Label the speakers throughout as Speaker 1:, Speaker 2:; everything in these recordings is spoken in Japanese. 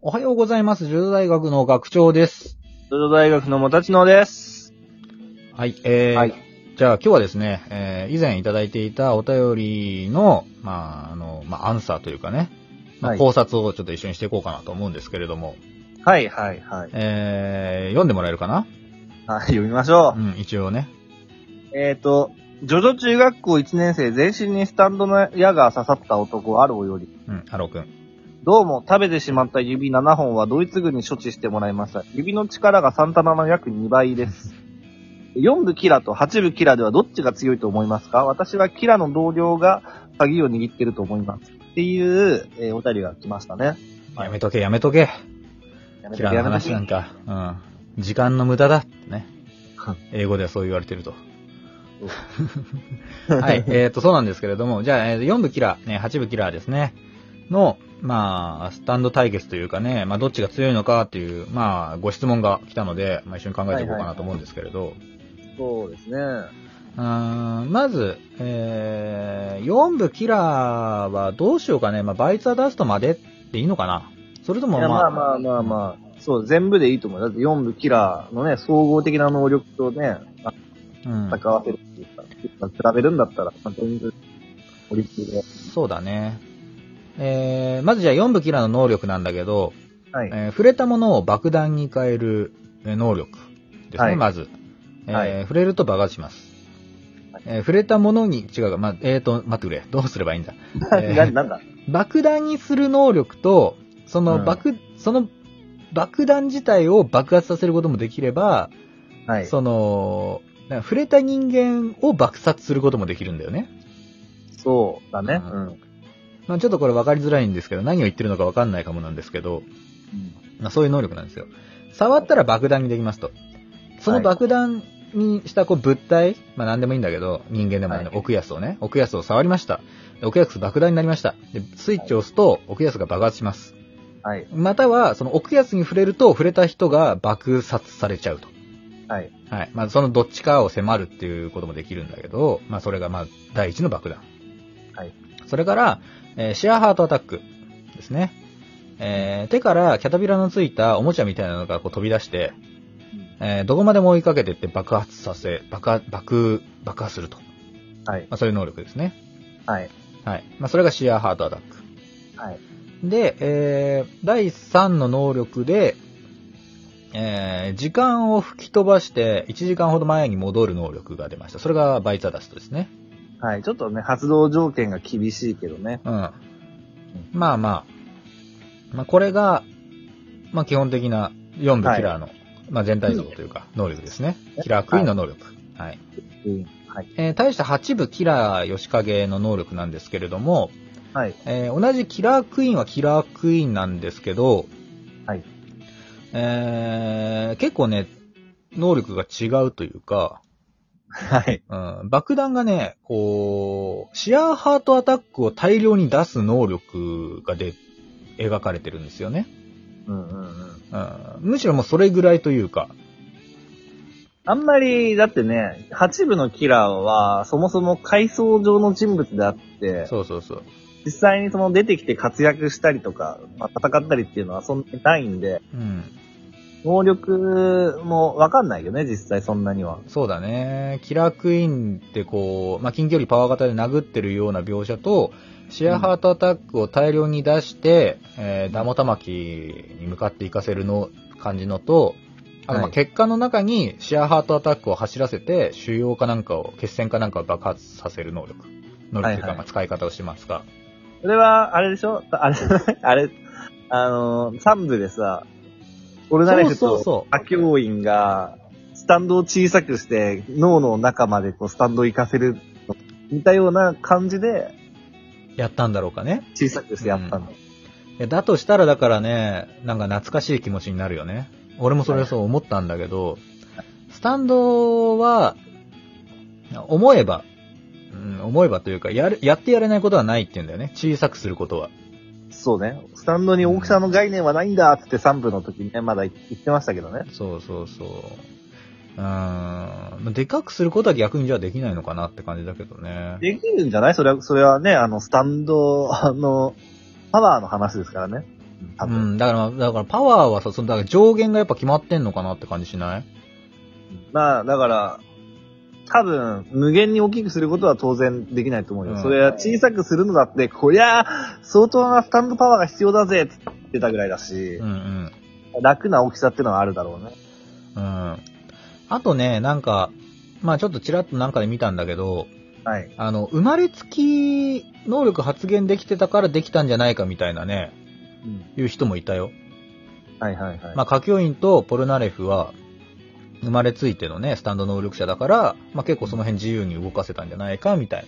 Speaker 1: おはようございます。柔道大学の学長です。
Speaker 2: 東京大学のもたちのです。
Speaker 1: はい。えー
Speaker 2: はい
Speaker 1: じゃあ今日はですね、えー以前いただいていたお便りの、まあ、あの、まあ、アンサーというかね、ま
Speaker 2: は
Speaker 1: あ、
Speaker 2: い
Speaker 1: 考察をちょっと一緒にしていこうかなと思うんですけれども、
Speaker 2: はい、はい、はい。
Speaker 1: えー読んでもらえるかな
Speaker 2: はい、読みましょ
Speaker 1: うん、一応ね。
Speaker 2: う。えっ、ー、と、ジョジョ中学校1年生全身にスタンドの矢が刺さった男、アローより。
Speaker 1: うん、ハロー君。
Speaker 2: どうも、食べてしまった指7本はドイツ軍に処置してもらいました。指の力がサンタナの約2 倍です。4部キラと8部キラではどっちが強いと思いますか私はキラの同僚が鍵を握ってると思います。っていう、えーお便りが来ましたね。
Speaker 1: やめとけ、やめとけ。
Speaker 2: や
Speaker 1: キラーの話なんか、うん。時間の無駄だってね
Speaker 2: はい。
Speaker 1: 英語ではそう言われてると。 はい。えっ、と、そうなんですけれども、じゃあ、えー4部キラー、ね、8部キラーですね。の、まあ、スタンド対決というかね、まあ、どっちが強いのかっていう、まあ、ご質問が来たので、まあ、一緒に考えていこうかなと思うんですけれど、
Speaker 2: そうですね。
Speaker 1: うーんまず、えー、4部キラーはどうしようかね、まあ、バイツアダストまでっていいのかなそれとも
Speaker 2: いや、まあまあまあまあ、そう、全部でいいと思う。だって4部キラーのね、総合的な能力とね、
Speaker 1: うん
Speaker 2: 戦わせるっていうか、比べるんだったら、まあ、全部、オリックで。
Speaker 1: そうだね。えー、まずじゃあ4部キラーの能力なんだけど、
Speaker 2: はい。
Speaker 1: えー触れたものを爆弾に変えるえー能力ですね、
Speaker 2: はい
Speaker 1: まず。えー
Speaker 2: はい
Speaker 1: 触れると爆発します。えー触れたものに、違うか、ま、えーと、待ってくれ。どうすればいいん だ。えー
Speaker 2: ななんだ
Speaker 1: 爆弾にする能力と、その爆、その爆弾自体を爆発させることもできれば、
Speaker 2: はい。そ
Speaker 1: その、なんか触れた人間を爆殺することもできるんだよね。
Speaker 2: うだね。
Speaker 1: う
Speaker 2: うんん。
Speaker 1: まあ、ちょっとこれ分かりづらいんですけど、何を言ってるのか分かんないかもなんですけど、まあ、そういう能力なんですよ。触ったら爆弾にできますと。その爆弾にしたこう物体、まあ何でもいいんだけど、人間でもないの、
Speaker 2: はい
Speaker 1: 奥安をね、奥安を触りました。で奥安爆弾になりました。でスイッチを押すと、奥安が爆発します。
Speaker 2: はい。
Speaker 1: または、その奥安に触れると、触れた人が爆殺されちゃうと。
Speaker 2: はい。
Speaker 1: はい。まあ、そのどっちかを迫るっていうこともできるんだけど、まあ、それが、まあ、第一の爆弾。
Speaker 2: はい。
Speaker 1: それから、えーシェアハートアタックですね。えー手からキャタピラのついたおもちゃみたいなのがこう飛び出して、えーどこまでも追いかけてって爆発させ、爆発、爆、爆破すると。ま
Speaker 2: はい。
Speaker 1: あ、そういう能力ですね。
Speaker 2: はい。
Speaker 1: はい。まあ、それがシェアハートアタック。
Speaker 2: はい。
Speaker 1: で、えー第3の能力で、えー時間を吹き飛ばして1時間ほど前に戻る能力が出ました。それがバイザダストですね。
Speaker 2: はい。ちょっとね、発動条件が厳しいけどね。
Speaker 1: うん。まあまあ。まあこれが、まあ基本的な4部キラーの、まあ全体像というか能力ですね。キラークイーンの能力。はい。
Speaker 2: うん。はい。
Speaker 1: えー対して8部キラー吉影の能力なんですけれども、
Speaker 2: はい。
Speaker 1: えー同じキラークイーンはキラークイーンなんですけど、
Speaker 2: はい
Speaker 1: えー結構ね、能力が違うというか、
Speaker 2: はい。
Speaker 1: うん、爆弾がね、こう、シェアハートアタックを大量に出す能力がで、描かれてるんですよね。
Speaker 2: うんうんうん。
Speaker 1: うん、むしろもうそれぐらいというか、
Speaker 2: あんまり、だってね、8部のキラーは、そもそも階層上の人物であって、
Speaker 1: そうそうそう。
Speaker 2: 実際にその出てきて活躍したりとか、まあ、戦ったりっていうのはそんなにないんで、
Speaker 1: うん。
Speaker 2: 能力もわかんないよね、実際そんなには。
Speaker 1: そうだね。キラークイーンってこう、まあ、近距離パワー型で殴ってるような描写と、シェアハートアタックを大量に出して、えー、ダモタマキに向かっていかせるの、感じのと、あと、ま
Speaker 2: は
Speaker 1: あ、
Speaker 2: い
Speaker 1: 結果の中にシェアハートアタックを走らせて、腫瘍かなんかを、血栓かなんかを爆発させる能力。能力というか、
Speaker 2: はいはい
Speaker 1: まあ、使い方をしてますが。
Speaker 2: それは、あれでしょあれ、 あれ、あのー、3部でさ、オルナレフ
Speaker 1: そうそう
Speaker 2: と
Speaker 1: そ
Speaker 2: ア教員が、スタンドを小さくして、脳の中までこうスタンドを行かせるの、似たような感じで、
Speaker 1: やったんだろうかね。
Speaker 2: 小さくしてやったの。
Speaker 1: いやだとしたらだからね、なんか懐かしい気持ちになるよね。俺もそれそう思ったんだけど、スタンドは、思えば、うん、思えばというか、やる、やってやれないことはないって言うんだよね。小さくすることは。
Speaker 2: そうね。スタンドに大きさの概念はないんだっつって3部の時ね、まだ言ってましたけどね。
Speaker 1: そうそうそう。うーん。でかくすることは逆にじゃあできないのかなって感じだけどね。
Speaker 2: できるんじゃないそれは、それはね、あの、スタンド、あの、パワーの話ですからね。多
Speaker 1: う
Speaker 2: 分。
Speaker 1: ん、だから、だからパワーはさ、その、だから上限がやっぱ決まってんのかなって感じしない
Speaker 2: まあ、だから、多分、無限に大きくすることは当然できないと思うよ。
Speaker 1: うん
Speaker 2: それは小さくするのだって、こりゃ、相当なスタンドパワーが必要だぜって言ってたぐらいだし
Speaker 1: うんう、ん。
Speaker 2: 楽な大きさってのはあるだろうね。
Speaker 1: うん。あとね、なんか、まあちょっとちらっとなんかで見たんだけど、
Speaker 2: はい。
Speaker 1: あの、生まれつき能力発現できてたからできたんじゃないかみたいなね、いう人もいたよ。
Speaker 2: はいはいはい。
Speaker 1: まあ、歌教員とポルナレフは、生まれついてのね、スタンド能力者だから、まあ、結構その辺自由に動かせたんじゃないか、みたい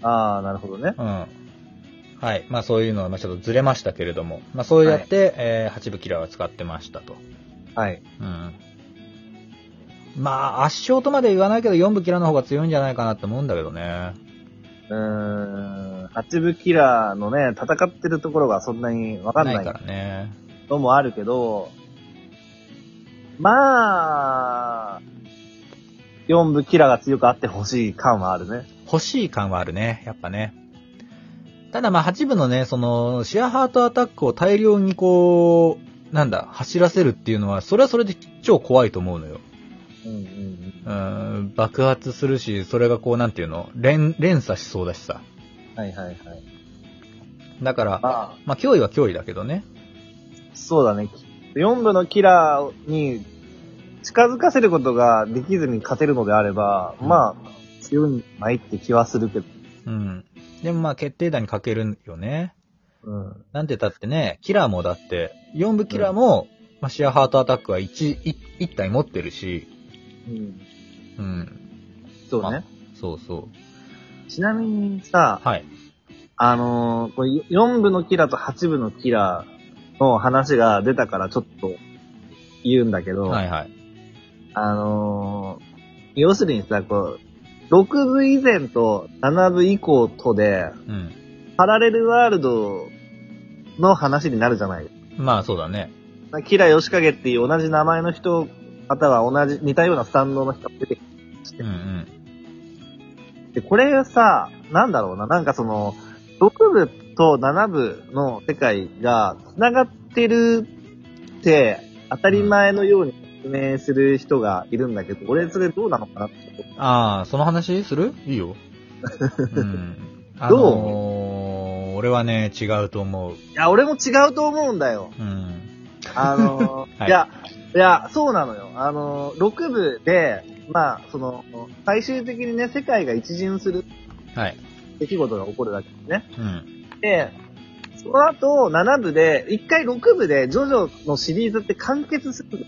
Speaker 2: ああ、なるほどね。
Speaker 1: な。うん。はい。まあ、そういうのは、まあ、ちょっとずれましたけれども、まあ、そうやって、えー、八部キラーは使ってましたと。
Speaker 2: はい。
Speaker 1: うん。まあ、圧勝とまで言わないけど、四部キラーの方が強いんじゃないかなって思うんだけどね。
Speaker 2: うーん、八部キラーのね、戦ってるところがそんなにわかんない
Speaker 1: からね。
Speaker 2: のもあるけど、まあ、四部キラーが強くあってほしい感はあるね。
Speaker 1: 欲しい感はあるね、やっぱね。ただまあ8部のね、その、シェアハートアタックを大量にこう、なんだ、走らせるっていうのは、それはそれで超怖いと思うのよ。
Speaker 2: うんうんうん。
Speaker 1: うーん、爆発するし、それがこう、なんていうの、連、連鎖しそうだしさ。
Speaker 2: はいはいはい。
Speaker 1: だから、
Speaker 2: ああ、
Speaker 1: まあ脅威は脅威だけどね。
Speaker 2: そうだね。4部のキラーに近づかせることができずに勝てるのであれば、
Speaker 1: うん
Speaker 2: まあ、強いんじゃないって気はするけど。
Speaker 1: うん。でもまあ決定打に欠けるよね。
Speaker 2: うん。
Speaker 1: なんて言ったってね、キラーもだって、4部キラーも、まあシェアハートアタックは 1, 1体持ってるし、
Speaker 2: うん。
Speaker 1: うん。
Speaker 2: そうね。
Speaker 1: そうそう。
Speaker 2: ちなみにさ、
Speaker 1: はい。
Speaker 2: あのーこれ4部のキラーと8部のキラーの話が出たからちょっと言うんだけど、
Speaker 1: はいはい。
Speaker 2: あのー要するにさ、こう、6部以前と7部以降とで、
Speaker 1: うん。
Speaker 2: パラレルワールドの話になるじゃない。
Speaker 1: まあそうだね。
Speaker 2: キラヨシカゲっていう同じ名前の人、または同じ、似たようなスタンドの人が出てき
Speaker 1: うんうん。
Speaker 2: て、これさ、なんだろうな、なんかその、6部と7部の世界が繋がってるって、当たり前のように説明する人がいるんだけど、俺それどうなのかなってちょっ
Speaker 1: ああ、その話するいいよ。 うん。あ
Speaker 2: どう
Speaker 1: のー、俺はね、違うと思う。
Speaker 2: といや、俺も違うと思うんだよ。
Speaker 1: うん。
Speaker 2: あの
Speaker 1: はい
Speaker 2: い、や、いや、そうなのよ。あの6部で、まあ、その、最終的にね、世界が一巡する
Speaker 1: はい。
Speaker 2: 出来事が起こるわけですね。
Speaker 1: うん。
Speaker 2: で、その後、7部で、1回6部で、ジョジョのシリーズって完結するの。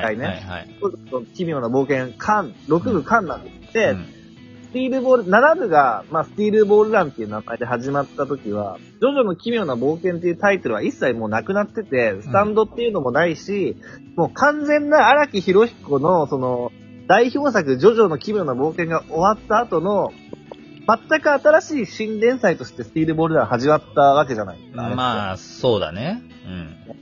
Speaker 1: はい。
Speaker 2: 回ね。
Speaker 1: はいはい。
Speaker 2: ジョジョの奇妙な冒険、缶、6部缶なんですって、
Speaker 1: うん
Speaker 2: スティールボール、7部が、まあ、スティールボールランっていう名前で始まった時は、ジョジョの奇妙な冒険っていうタイトルは一切もうなくなってて、スタンドっていうのもないし、もう完全な荒木博彦の、その、代表作、ジョジョの奇妙な冒険が終わった後の、全く新しい新連載としてスティールボールラン始まったわけじゃないですか。あ
Speaker 1: まあ、そうだね。うん。
Speaker 2: れ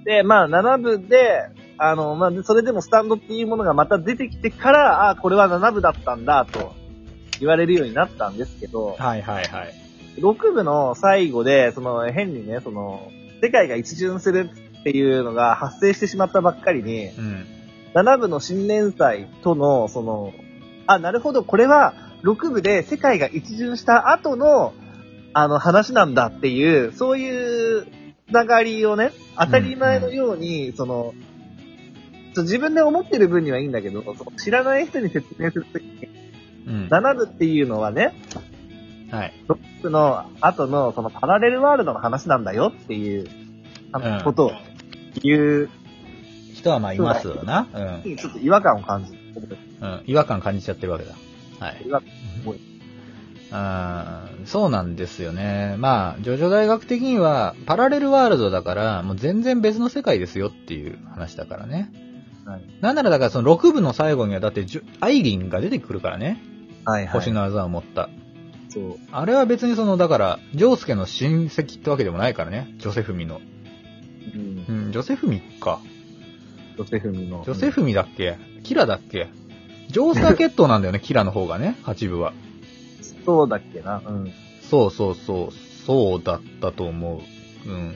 Speaker 2: って。で、まあ、7部で、あの、まあ、それでもスタンドっていうものがまた出てきてから、ああ、これは7部だったんだ、と言われるようになったんですけど、
Speaker 1: はいはいはい。
Speaker 2: 6部の最後で、その、変にね、その、世界が一巡するっていうのが発生してしまったばっかりに、
Speaker 1: うん。
Speaker 2: 7部の新連載との、その、あ、なるほど、これは、6部で世界が一巡した後の、あの、話なんだっていう、そういう、つながりをね、当たり前のように、その、ちょ自分で思ってる分にはいいんだけど、その知らない人に説明するときに、
Speaker 1: うん。
Speaker 2: 7部っていうのはね、
Speaker 1: はい。
Speaker 2: ロックの後のそのパラレルワールドの話なんだよっていうあの
Speaker 1: うん
Speaker 2: ことを言う
Speaker 1: 人はまあいますわな。うん。
Speaker 2: にちょっと違和感を感じる。
Speaker 1: うん。違和感感じちゃってるわけだ。はい。
Speaker 2: 違和感多い
Speaker 1: あーそうなんですよね。まあ、ジョジョ大学的には、パラレルワールドだから、もう全然別の世界ですよっていう話だからね。
Speaker 2: はい
Speaker 1: なんならだからその6部の最後にはだってジョ、アイリンが出てくるからね。
Speaker 2: はい
Speaker 1: 星の技を持った。
Speaker 2: そう。
Speaker 1: あれは別にその、だから、ジョースケの親戚ってわけでもないからね。ジョセフミの。
Speaker 2: うん
Speaker 1: う。ん、ジョセフミか。
Speaker 2: ジョセフミの。
Speaker 1: ジョセフミだっけキラだっけジョースター決闘なんだよね、キラの方がね、8部は。
Speaker 2: そうだっけな。うん。
Speaker 1: そうそうそう、そうだったと思う。うん。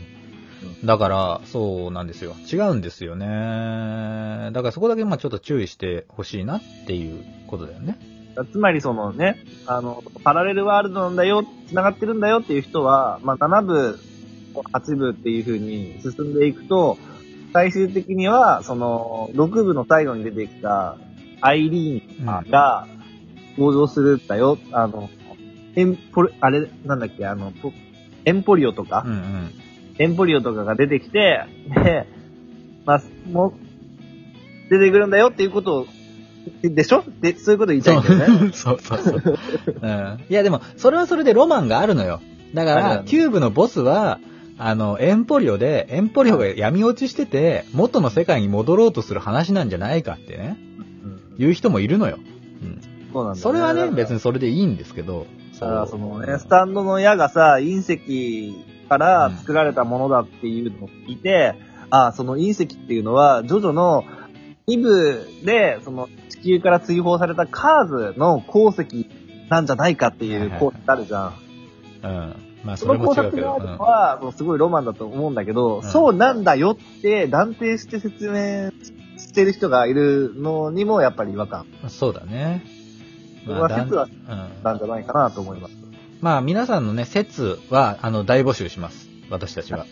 Speaker 1: だから、そうなんですよ。違うんですよね。だからそこだけ、まあちょっと注意してほしいなっていうことだよね。
Speaker 2: つまりそのね、あの、パラレルワールドなんだよ、繋がってるんだよっていう人は、まあ、7部、8部っていう風に進んでいくと、最終的には、その、6部の最後に出てきた、アイリーンが登場するんだよ。あの、エンポル、あれ、なんだっけ、あの、ポエンポリオとか、
Speaker 1: うんうん。
Speaker 2: エンポリオとかが出てきて、で、まあ、もう、出てくるんだよっていうことを、でしょで、そういうこと言いたいんだよ ね。
Speaker 1: そうそうそうそう。うん。いやでも、それはそれでロマンがあるのよ。だか
Speaker 2: あるあ
Speaker 1: ら、
Speaker 2: る
Speaker 1: キューブのボスは、あの、エンポリオで、エンポリオが闇落ちしてて、元の世界に戻ろうとする話なんじゃないかってね、
Speaker 2: うん
Speaker 1: 言う人もいるのよ。
Speaker 2: そうなんだよ
Speaker 1: それはね、別
Speaker 2: に。
Speaker 1: にそれでいいんですけど。
Speaker 2: だからそのね、スタンドの矢がさ、隕石から作られたものだっていうのを聞いて、ああ、その隕石っていうのは、ジョジョの2部で、その地球から追放されたカーズの鉱石なんじゃないかってい
Speaker 1: はいうはい
Speaker 2: 考察あるじゃん。
Speaker 1: うん。まあ、
Speaker 2: そ
Speaker 1: それ
Speaker 2: の
Speaker 1: も
Speaker 2: 考
Speaker 1: 違うけ
Speaker 2: 察が
Speaker 1: ど
Speaker 2: あ。るのは、もうすごいロマンだと思うんだけど、
Speaker 1: ん
Speaker 2: そうなんだよって断定して説明してる人がいるのにもやっぱり違和感
Speaker 1: うんそうだね。
Speaker 2: それは説は
Speaker 1: うん
Speaker 2: なんじゃないかなと思います。
Speaker 1: まあ皆さんのね、説は、あの、大募集します。私たちは。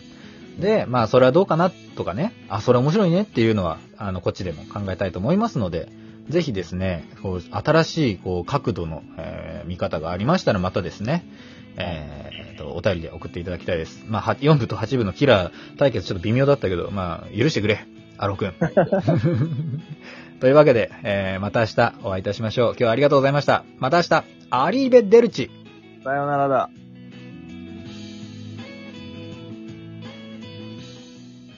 Speaker 1: で、まあそれはどうかなとかね、あ、それ面白いねっていうのは、あの、こっちでも考えたいと思いますので、ぜひですね、こう新しいこう角度の、えー見方がありましたらまたですね、えーえっと、お便りで送っていただきたいです。まあ、は4部と8部のキラー対決ちょっと微妙だったけど、まあ、許してくれ、アロくん。というわけで、えーまた明日お会いいたしましょう。今日はありがとうございました。また明日、アリーベ・デルチ。
Speaker 2: さようならだ。